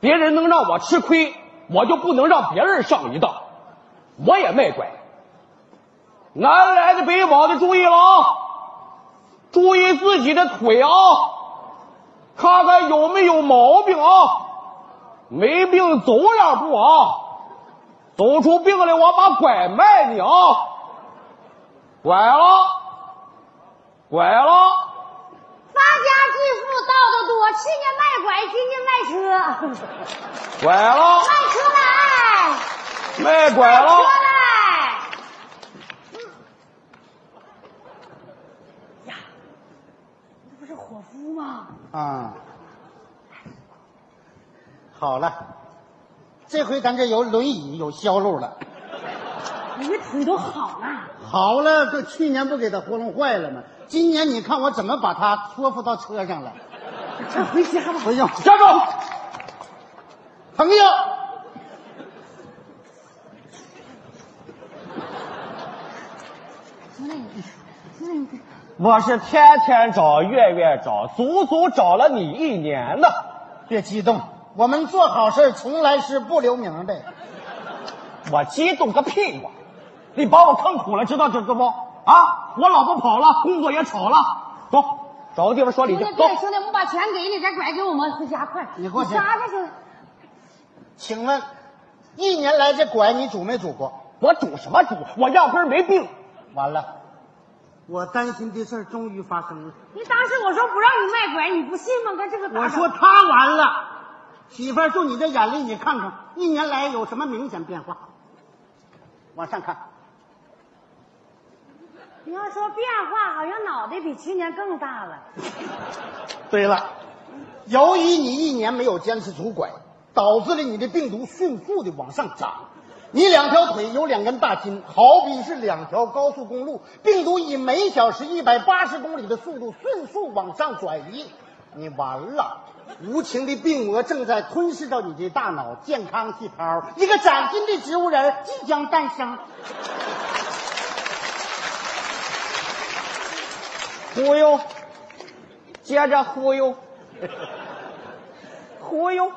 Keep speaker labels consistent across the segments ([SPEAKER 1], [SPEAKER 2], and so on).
[SPEAKER 1] 别人能让我吃亏，我就不能让别人上一当。我也没拐。南来的北往的，注意了啊！注意自己的腿啊，看看有没有毛病啊！没病走两步啊，走出病来我把拐卖你啊！拐了，拐了。
[SPEAKER 2] 发家致富到的多，去年卖拐，今年卖车，
[SPEAKER 1] 拐了，
[SPEAKER 2] 卖车来，
[SPEAKER 1] 卖拐
[SPEAKER 2] 卖
[SPEAKER 1] 了
[SPEAKER 2] 车，来。呀，不是伙夫吗？
[SPEAKER 3] 啊，好了，这回咱这有轮椅有销路了。
[SPEAKER 2] 你这腿都好了，
[SPEAKER 3] 好了，这去年不给他活弄坏了吗？今年你看我怎么把他托付到车上了？
[SPEAKER 2] 这回家吧。
[SPEAKER 3] 不用，
[SPEAKER 1] 站住！
[SPEAKER 3] 朋友，
[SPEAKER 1] 我是天天找，月月找，足足找了你一年呢。
[SPEAKER 3] 别激动，我们做好事从来是不留名的。
[SPEAKER 1] 我激动个屁呀！你把我坑苦了，知道这知不？啊，我老婆跑了，工作也炒了，走，找个地方说理
[SPEAKER 2] 兄
[SPEAKER 1] 去
[SPEAKER 2] 弟，。
[SPEAKER 1] 走，
[SPEAKER 2] 对，兄弟，我把钱给你，咱拐给我们，回家快！
[SPEAKER 3] 你过去
[SPEAKER 2] 撒着去。
[SPEAKER 3] 请问，一年来这拐你拄没拄过？
[SPEAKER 1] 我主什么主？我压根儿没病。
[SPEAKER 3] 完了，我担心的事儿终于发生了。
[SPEAKER 2] 你当时我说不让你卖拐，你不信吗？跟这个打打
[SPEAKER 3] 我说他完了，媳妇儿，就你这眼力，你看看一年来有什么明显变化？往上看，
[SPEAKER 2] 你要说变化，好像脑袋比去年更大了。
[SPEAKER 3] 对了，由于你一年没有坚持拄拐，导致了你的病毒迅速的往上涨。你两条腿有两根大筋，好比是两条高速公路，病毒以每小时一百八十公里的速度迅速往上转移，你完了！无情的病魔正在吞噬着你的大脑健康细胞，一个崭新的植物人儿即将诞生。
[SPEAKER 1] 忽悠，接着忽悠， 忽悠，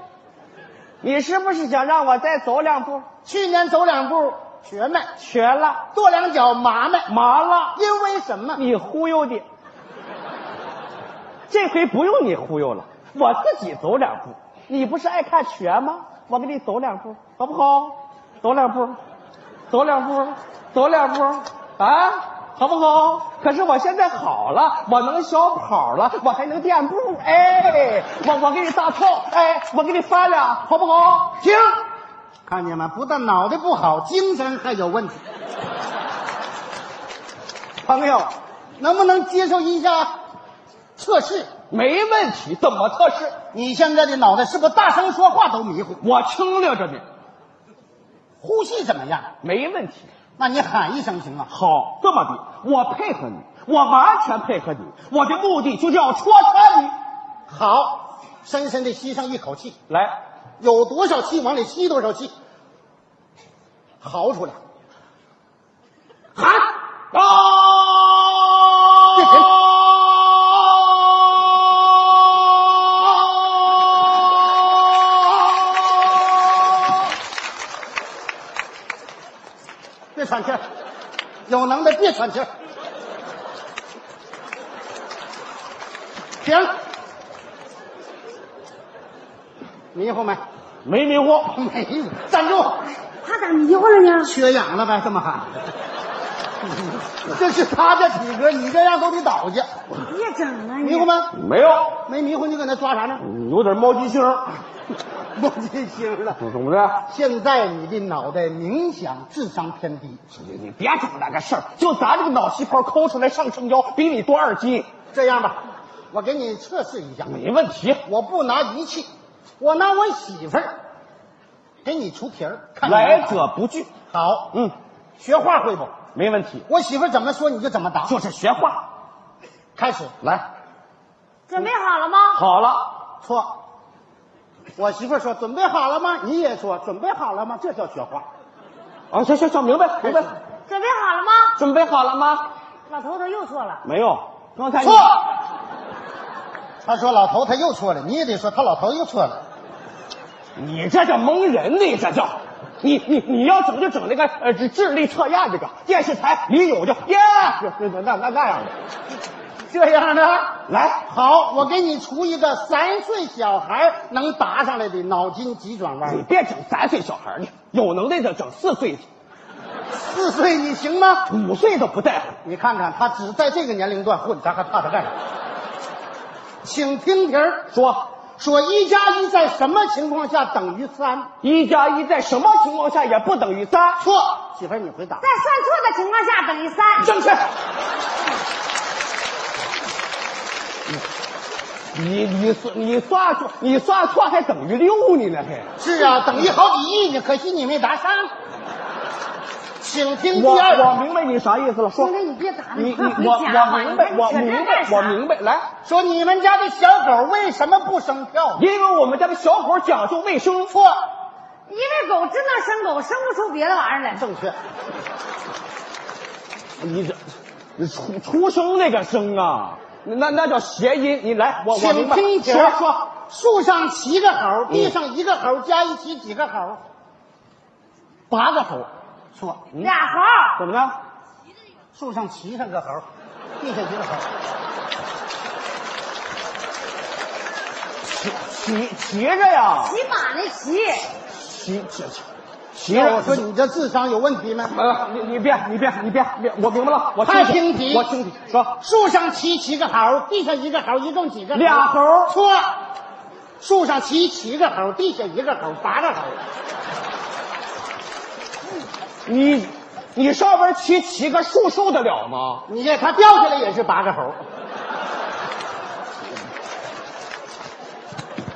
[SPEAKER 1] 你是不是想让我再走两步？
[SPEAKER 3] 去年走两步瘸迈，
[SPEAKER 1] 瘸了，
[SPEAKER 3] 跺两脚麻迈，
[SPEAKER 1] 麻了，
[SPEAKER 3] 因为什 么？
[SPEAKER 1] 你忽悠的。这回不用你忽悠了，我自己走两步。你不是爱看瘸吗？我给你走两步，好不好？走两步，走两步，走两步，啊，好不好？可是我现在好了，我能小跑了，我还能垫步，哎，我我给你大跳，哎，我给你翻俩，好不好？
[SPEAKER 3] 停！看见吗？不但脑袋不好，精神还有问题。朋友，能不能接受一下测试？
[SPEAKER 1] 没问题，怎么测试？
[SPEAKER 3] 你现在的脑袋是不是大声说话都迷糊？
[SPEAKER 1] 我清亮着呢，
[SPEAKER 3] 呼吸怎么样？
[SPEAKER 1] 没问题。
[SPEAKER 3] 那你喊一声行吗？
[SPEAKER 1] 好，这么的，我配合你，我完全配合你，我的目的就是要戳穿你。
[SPEAKER 3] 好，深深的吸上一口气，
[SPEAKER 1] 来，
[SPEAKER 3] 有多少气往里吸多少气，嚎出来。
[SPEAKER 1] 喊 啊！
[SPEAKER 3] 别喘气儿，有能耐别喘气儿。停，迷糊没？
[SPEAKER 1] 没迷糊，
[SPEAKER 3] 没有，站住！
[SPEAKER 2] 他咋迷糊了呢？
[SPEAKER 3] 缺氧了呗？这么喊，这是他的体格，你这样都得倒下。
[SPEAKER 2] 别整了，
[SPEAKER 3] 迷糊？吗？
[SPEAKER 1] 没有，
[SPEAKER 3] 没迷糊，你搁那抓啥呢？
[SPEAKER 1] 有点冒金星，
[SPEAKER 3] 冒金星了。
[SPEAKER 1] 怎么的？
[SPEAKER 3] 现在你的脑袋明显智商偏低，
[SPEAKER 1] 你别整那个事儿，就咱这个脑细胞抠出来上升腰，比你多二斤，
[SPEAKER 3] 这样吧，我给你测试一下。
[SPEAKER 1] 没问题。
[SPEAKER 3] 我不拿仪器，我拿我媳妇儿给你出题儿，看你
[SPEAKER 1] 来者不拒，
[SPEAKER 3] 好，
[SPEAKER 1] 嗯，
[SPEAKER 3] 学画会不？
[SPEAKER 1] 没问题，
[SPEAKER 3] 我媳妇儿怎么说你就怎么答。
[SPEAKER 1] 就是学画。
[SPEAKER 3] 开始，
[SPEAKER 1] 来，
[SPEAKER 2] 准备好了吗？
[SPEAKER 1] 好了，
[SPEAKER 3] 错。我媳妇儿说准备好了吗？你也说准备好了吗？这叫学画。
[SPEAKER 1] 啊，行行行，明白明白。
[SPEAKER 2] 准备好了吗？
[SPEAKER 1] 准备好了吗？
[SPEAKER 2] 老头他又错了，
[SPEAKER 1] 没有，刚才你
[SPEAKER 3] 错。他说老头他又错了，你也得说他老头又错了。
[SPEAKER 1] 你这叫蒙人呢，这叫。你你你要整就整那个呃智智力测验这个电视台里有就耶，那那那那样的
[SPEAKER 3] 这样的。
[SPEAKER 1] 来，
[SPEAKER 3] 好，我给你出一个三岁小孩能答上来的脑筋急转
[SPEAKER 1] 你
[SPEAKER 3] 弯。
[SPEAKER 1] 别整三岁小孩儿呢，有能耐的整四岁、
[SPEAKER 3] 四岁你行吗？
[SPEAKER 1] 五岁都不在乎。
[SPEAKER 3] 你看看他只在这个年龄段混，咱还怕他干啥？请听题儿，
[SPEAKER 1] 说
[SPEAKER 3] 说一加一在什么情况下等于三？
[SPEAKER 1] 一加一在什么情况下也不等于三？
[SPEAKER 3] 错，媳妇儿你回答
[SPEAKER 2] 在。算错的情况下等于三。
[SPEAKER 1] 正确。你你算你算错你算错还等于六呢那还？
[SPEAKER 3] 是啊，等于好几亿呢，可惜你没答上。请听第
[SPEAKER 1] 我
[SPEAKER 3] 二
[SPEAKER 1] 我
[SPEAKER 3] 题，
[SPEAKER 1] 明白你啥意思了，说
[SPEAKER 2] 兄弟，你别打了，
[SPEAKER 1] 你你
[SPEAKER 2] 快回
[SPEAKER 1] 我我
[SPEAKER 2] 家吧。
[SPEAKER 1] 明白
[SPEAKER 2] 你
[SPEAKER 1] 我
[SPEAKER 2] 看你
[SPEAKER 1] 明
[SPEAKER 2] 搁这干
[SPEAKER 1] 白
[SPEAKER 2] 啥
[SPEAKER 1] 我明白，来，
[SPEAKER 3] 说你们家的小狗为什么不生票？
[SPEAKER 1] 因为我们家的小狗讲究卫生，
[SPEAKER 3] 错，
[SPEAKER 2] 因为狗只能生狗，生不出别的玩意儿来。
[SPEAKER 3] 正确。
[SPEAKER 1] 你这你出出生那个生啊，那那叫谐音，你来我我明
[SPEAKER 3] 请
[SPEAKER 1] 白，
[SPEAKER 3] 听题
[SPEAKER 1] 说
[SPEAKER 3] 儿
[SPEAKER 1] 说
[SPEAKER 3] 说，树上七个猴，地上一个猴，加一起几个猴？八个猴。错，
[SPEAKER 1] 嗯
[SPEAKER 2] 俩猴，
[SPEAKER 1] 怎么了？
[SPEAKER 3] 树上七上个猴，地上一个猴。
[SPEAKER 1] 骑骑骑着呀，
[SPEAKER 2] 骑马那骑，
[SPEAKER 1] 骑骑骑骑
[SPEAKER 3] 那
[SPEAKER 1] 着。
[SPEAKER 3] 我说你这智商有问题没？
[SPEAKER 1] 呃，你你别你别你别别，我明白了，我
[SPEAKER 3] 他
[SPEAKER 1] 听
[SPEAKER 3] 听题
[SPEAKER 1] 我听题，说
[SPEAKER 3] 树上七七个猴，地上一个猴，一共几个？
[SPEAKER 1] 俩猴。
[SPEAKER 3] 错，树上七七个猴，地下一个猴，八个猴。
[SPEAKER 1] 你你上边骑骑个树受得了吗？
[SPEAKER 3] 你这它掉下来也是八 个猴。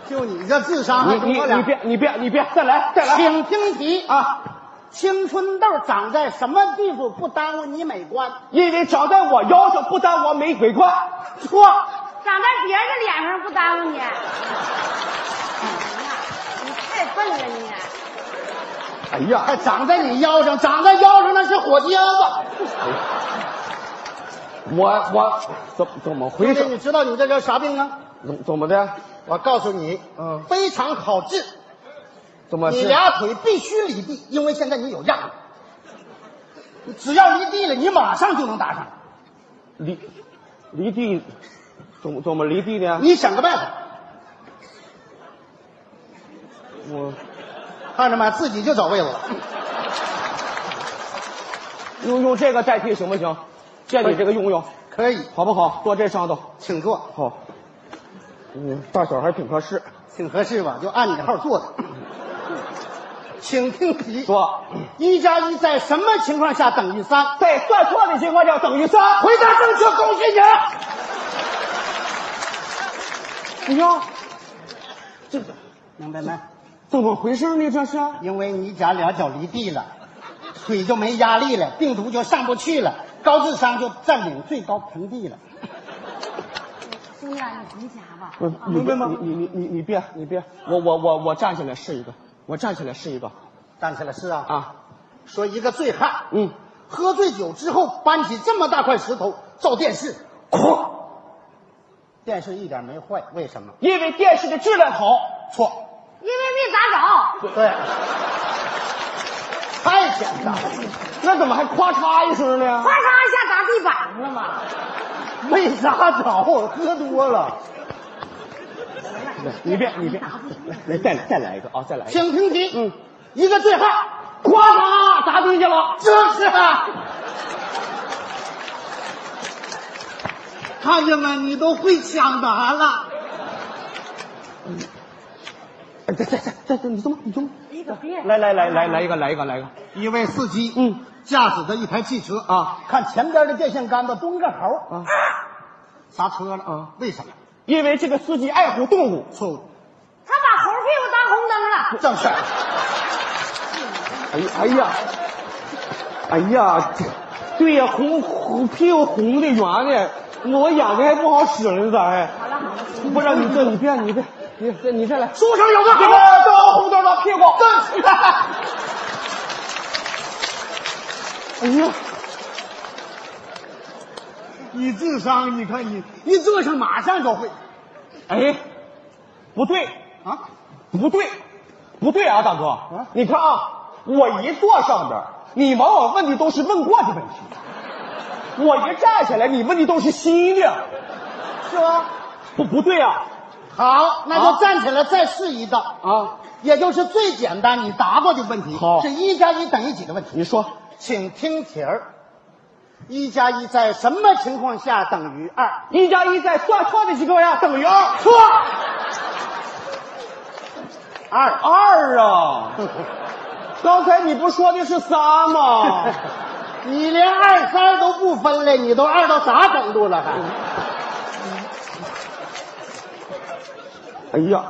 [SPEAKER 3] 就你这智商还
[SPEAKER 1] 你
[SPEAKER 3] 跟
[SPEAKER 1] 你
[SPEAKER 3] 我俩
[SPEAKER 1] 你别你别你别再来再来
[SPEAKER 3] 请听题啊，
[SPEAKER 1] 啊！
[SPEAKER 3] 青春痘长在什么地方不耽误你美观？
[SPEAKER 1] 因为长在我腰上不耽误我玫瑰冠，
[SPEAKER 3] 错，
[SPEAKER 2] 长在别人的脸上不耽误你。哎呀，你太笨了你！
[SPEAKER 1] 哎呀，
[SPEAKER 3] 还长在你腰上，长在腰上那是火鸡腰子。
[SPEAKER 1] 我我怎怎么回
[SPEAKER 3] 兄弟，你
[SPEAKER 1] 事？
[SPEAKER 3] 知道你这叫啥病吗？
[SPEAKER 1] 怎怎么的？
[SPEAKER 3] 我告诉你，
[SPEAKER 1] 嗯
[SPEAKER 3] 非常好治，
[SPEAKER 1] 怎么
[SPEAKER 3] 你
[SPEAKER 1] 是？
[SPEAKER 3] 俩腿必须离地，因为现在你有压力。你只要离地了，你马上就能打上。
[SPEAKER 1] 离离地怎么怎么离地呢？
[SPEAKER 3] 你想个办法，
[SPEAKER 1] 我
[SPEAKER 3] 看着没？自己就找位子了。
[SPEAKER 1] 用用这个代替行不行？借你这个用用
[SPEAKER 3] 可以，
[SPEAKER 1] 好不好？坐这上头。
[SPEAKER 3] 请坐，
[SPEAKER 1] 好，嗯，大小还挺合适。
[SPEAKER 3] 挺合适吧？就按你号坐的。嗯 请听题。
[SPEAKER 1] 说，
[SPEAKER 3] 一加一在什么情况下等于三？
[SPEAKER 1] 在算错的情况下等于三。
[SPEAKER 3] 回答正确，恭喜你！
[SPEAKER 1] 你说这
[SPEAKER 3] 明白没？
[SPEAKER 1] 怎么回事呢？这是
[SPEAKER 3] 因为你俩俩脚离地了，腿就没压力了，病毒就上不去了，高智商就占领最高盆地了。
[SPEAKER 2] 兄弟，你回家吧。
[SPEAKER 1] 嗯明白吗？你你你你别你别，我我我我站起来试一个，我站起来试一个
[SPEAKER 3] 站起来是啊，
[SPEAKER 1] 啊，
[SPEAKER 3] 说一个醉汉，
[SPEAKER 1] 嗯，
[SPEAKER 3] 喝醉酒之后搬起这么大块石头照电视，
[SPEAKER 1] 哐，
[SPEAKER 3] 电视一点没坏，为什么？
[SPEAKER 1] 因为电视的质量好。
[SPEAKER 3] 错，
[SPEAKER 2] 因为没砸着，
[SPEAKER 3] 对，太简单了，
[SPEAKER 1] 那怎么还咔嚓一声呢
[SPEAKER 2] 咔？嚓一下砸地板上了嘛。
[SPEAKER 3] 没砸着，喝多了。
[SPEAKER 1] 你别你别，来来再来再来一个啊，再来一个，
[SPEAKER 3] 请听题，
[SPEAKER 1] 嗯，
[SPEAKER 3] 一个醉汉
[SPEAKER 1] 呱嚓砸地下了。
[SPEAKER 3] 就是啊。看见没？你都会抢答了。
[SPEAKER 1] 哎再再再再再，你怎么你怎么？
[SPEAKER 2] 你可别
[SPEAKER 1] 来来来来来一个来一个来一个，
[SPEAKER 3] 一位司机，
[SPEAKER 1] 嗯，
[SPEAKER 3] 驾驶着一台汽车
[SPEAKER 1] 啊，
[SPEAKER 3] 看前边的电线杆子蹲个猴，
[SPEAKER 1] 啊，
[SPEAKER 3] 刹车了
[SPEAKER 1] 啊？
[SPEAKER 3] 为什么？
[SPEAKER 1] 因为这个司机爱护动物。
[SPEAKER 3] 错误，
[SPEAKER 2] 他把猴屁股当红灯了。
[SPEAKER 3] 正确。
[SPEAKER 1] 哎呀，哎呀，哎呀，这对呀，红红屁股红的圆的，我眼睛还不好使呢，咋还？
[SPEAKER 2] 好了好了，行
[SPEAKER 1] 不是你这，你别，你别，你这你这来，
[SPEAKER 3] 树上有个
[SPEAKER 1] 这
[SPEAKER 3] 猴
[SPEAKER 1] 个，当红灯的屁股。
[SPEAKER 3] 正确。
[SPEAKER 1] 哎 呀，
[SPEAKER 3] 你智商，你看你，一坐上马上就会
[SPEAKER 1] 哎，不对，
[SPEAKER 3] 啊！
[SPEAKER 1] 不对，不对啊，大哥，
[SPEAKER 3] 啊
[SPEAKER 1] 你看啊，我一坐上边儿，你往往问的都是问过的问题；我一站起来，你问的都是新的，
[SPEAKER 3] 是吧？
[SPEAKER 1] 不不对啊，
[SPEAKER 3] 好，那
[SPEAKER 1] 好
[SPEAKER 3] 就站起来再试一道
[SPEAKER 1] 啊，
[SPEAKER 3] 也就是最简单你答过的问题。
[SPEAKER 1] 好
[SPEAKER 3] 是一加一等于几的问题。
[SPEAKER 1] 你说
[SPEAKER 3] 请听题儿：一加一在什么情况下等于二？
[SPEAKER 1] 一加一在算错的情况下等于二，
[SPEAKER 3] 错。二，
[SPEAKER 1] 二啊！刚才你不说的是三吗？
[SPEAKER 3] 你连二三都不分了，你都二到啥程度了
[SPEAKER 1] 嗯
[SPEAKER 3] 还？
[SPEAKER 1] 哎呀，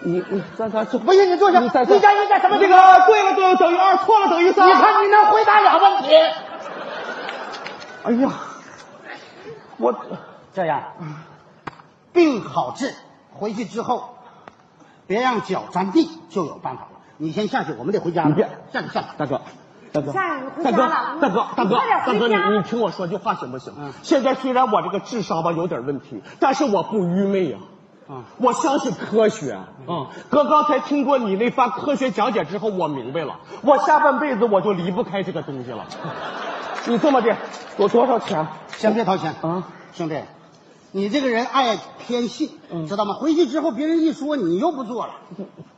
[SPEAKER 1] 你你咱咱坐
[SPEAKER 3] 不信你坐下。
[SPEAKER 1] 你再再
[SPEAKER 3] 一加一在什么
[SPEAKER 1] 这
[SPEAKER 3] 情
[SPEAKER 1] 个
[SPEAKER 3] 况？
[SPEAKER 1] 对了对了等于二，错了等于三。
[SPEAKER 3] 你看你能回答俩问题？
[SPEAKER 1] 哎呀，我
[SPEAKER 3] 这样，病好治，回去之后，别让脚沾地，就有办法了。你先下去，我们得回家了。
[SPEAKER 1] 你别
[SPEAKER 3] 下去下去。
[SPEAKER 1] 大哥，大哥，
[SPEAKER 2] 下午回
[SPEAKER 1] 大
[SPEAKER 2] 家
[SPEAKER 1] 哥，
[SPEAKER 2] 了
[SPEAKER 1] 大哥，大
[SPEAKER 2] 你
[SPEAKER 1] 哥，
[SPEAKER 2] 快点
[SPEAKER 1] 大
[SPEAKER 2] 回
[SPEAKER 1] 哥，
[SPEAKER 2] 家
[SPEAKER 1] 你你听我说句话行不行？
[SPEAKER 3] 嗯
[SPEAKER 1] 现在虽然我这个智商吧有点问题，但是我不愚昧呀、
[SPEAKER 2] 嗯
[SPEAKER 3] 啊
[SPEAKER 1] 我相信科学。嗯，哥刚才听过你那番科学讲解之后，我明白了，我下半辈子我就离不开这个东 西了。你这么的，多多少钱？
[SPEAKER 3] 先别掏钱
[SPEAKER 1] 啊，
[SPEAKER 3] 兄弟，你这个人爱偏信，
[SPEAKER 1] 嗯
[SPEAKER 3] 知道吗？回去之后别人一说，你又不做了，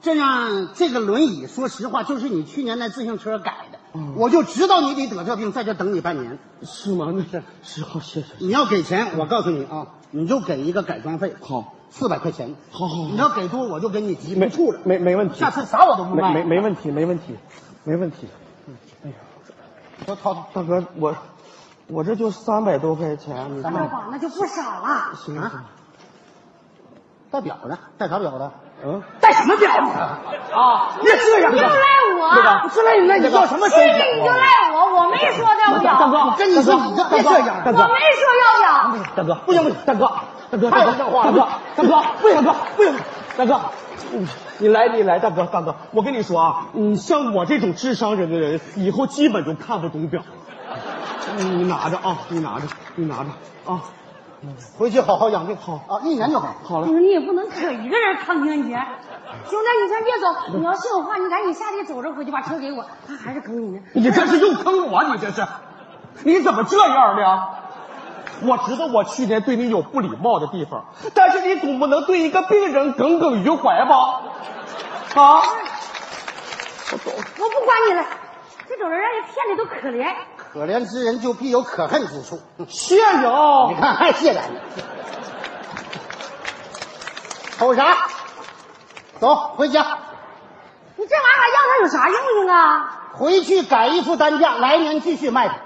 [SPEAKER 3] 这样这个轮椅，说实话就是你去年那自行车改的，
[SPEAKER 1] 嗯
[SPEAKER 3] 我就知道你得得这病，在这等你半年。
[SPEAKER 1] 是吗？那是是好，谢谢。
[SPEAKER 3] 你要给钱，我告诉你啊，你就给一个改装费，
[SPEAKER 1] 嗯好，
[SPEAKER 3] 四百块钱。
[SPEAKER 1] 好好好
[SPEAKER 3] 你要给多，我就给你急
[SPEAKER 1] 没
[SPEAKER 3] 吐了。
[SPEAKER 1] 没没问题。
[SPEAKER 3] 下次啥我都不
[SPEAKER 1] 没
[SPEAKER 3] 卖。
[SPEAKER 1] 没没问题，没问题，没问题。嗯哎
[SPEAKER 3] 多掏掏。
[SPEAKER 1] 大哥，我我这就三百多块钱，你
[SPEAKER 3] 三
[SPEAKER 2] 那
[SPEAKER 1] 看
[SPEAKER 3] 百
[SPEAKER 2] 吧，那就不少了。
[SPEAKER 1] 行不行
[SPEAKER 3] 啊？戴表呢？戴啥表啊呢？
[SPEAKER 1] 嗯。
[SPEAKER 3] 戴什么表呢？
[SPEAKER 1] 啊，
[SPEAKER 3] 别这样
[SPEAKER 2] 又赖我，
[SPEAKER 1] 那个
[SPEAKER 3] 不是赖你，那你要什么手啊
[SPEAKER 2] 这个
[SPEAKER 3] 表？
[SPEAKER 2] 你就赖我，我没说要
[SPEAKER 1] 大
[SPEAKER 2] 不要，
[SPEAKER 1] 哥，
[SPEAKER 3] 我跟你说你这别这样
[SPEAKER 1] 大
[SPEAKER 2] 我
[SPEAKER 1] 哥，
[SPEAKER 2] 没说要不要。
[SPEAKER 1] 大哥，不行不行，大哥，大哥，
[SPEAKER 3] 太
[SPEAKER 1] 大哥，
[SPEAKER 3] 有文化
[SPEAKER 1] 大
[SPEAKER 3] 了
[SPEAKER 1] 哥，大哥，不行，大哥，不行，大哥，嗯你来你来，大哥大哥，我跟你说啊，嗯，像我这种智商人的人，以后基本就看不懂表了。你你拿着啊，你拿着，你拿着啊，
[SPEAKER 3] 回去好好养病，好啊，一年就好。
[SPEAKER 1] 好了
[SPEAKER 2] 不。是你也不能可一个人抗清节。兄弟，你先别走，
[SPEAKER 3] 嗯
[SPEAKER 2] 你要信我话，你赶紧下地走着回去，把车给我。他还是坑你呢。
[SPEAKER 1] 你这是又坑我，啊你这是，你怎么这样呢？我知道我去年对你有不礼貌的地方，但是你总不能对一个病人耿耿于怀吧？啊！我走。
[SPEAKER 2] 我不管你了，这种人让人骗的都可怜。
[SPEAKER 3] 可怜之人就必有可恨之处。
[SPEAKER 1] 谢谢
[SPEAKER 3] 你
[SPEAKER 1] 啊！
[SPEAKER 3] 看还谢咱呢，瞅啥？走回家，
[SPEAKER 2] 你这玩意儿要他有啥用用啊？
[SPEAKER 3] 回去改一副担架，来年继续卖它。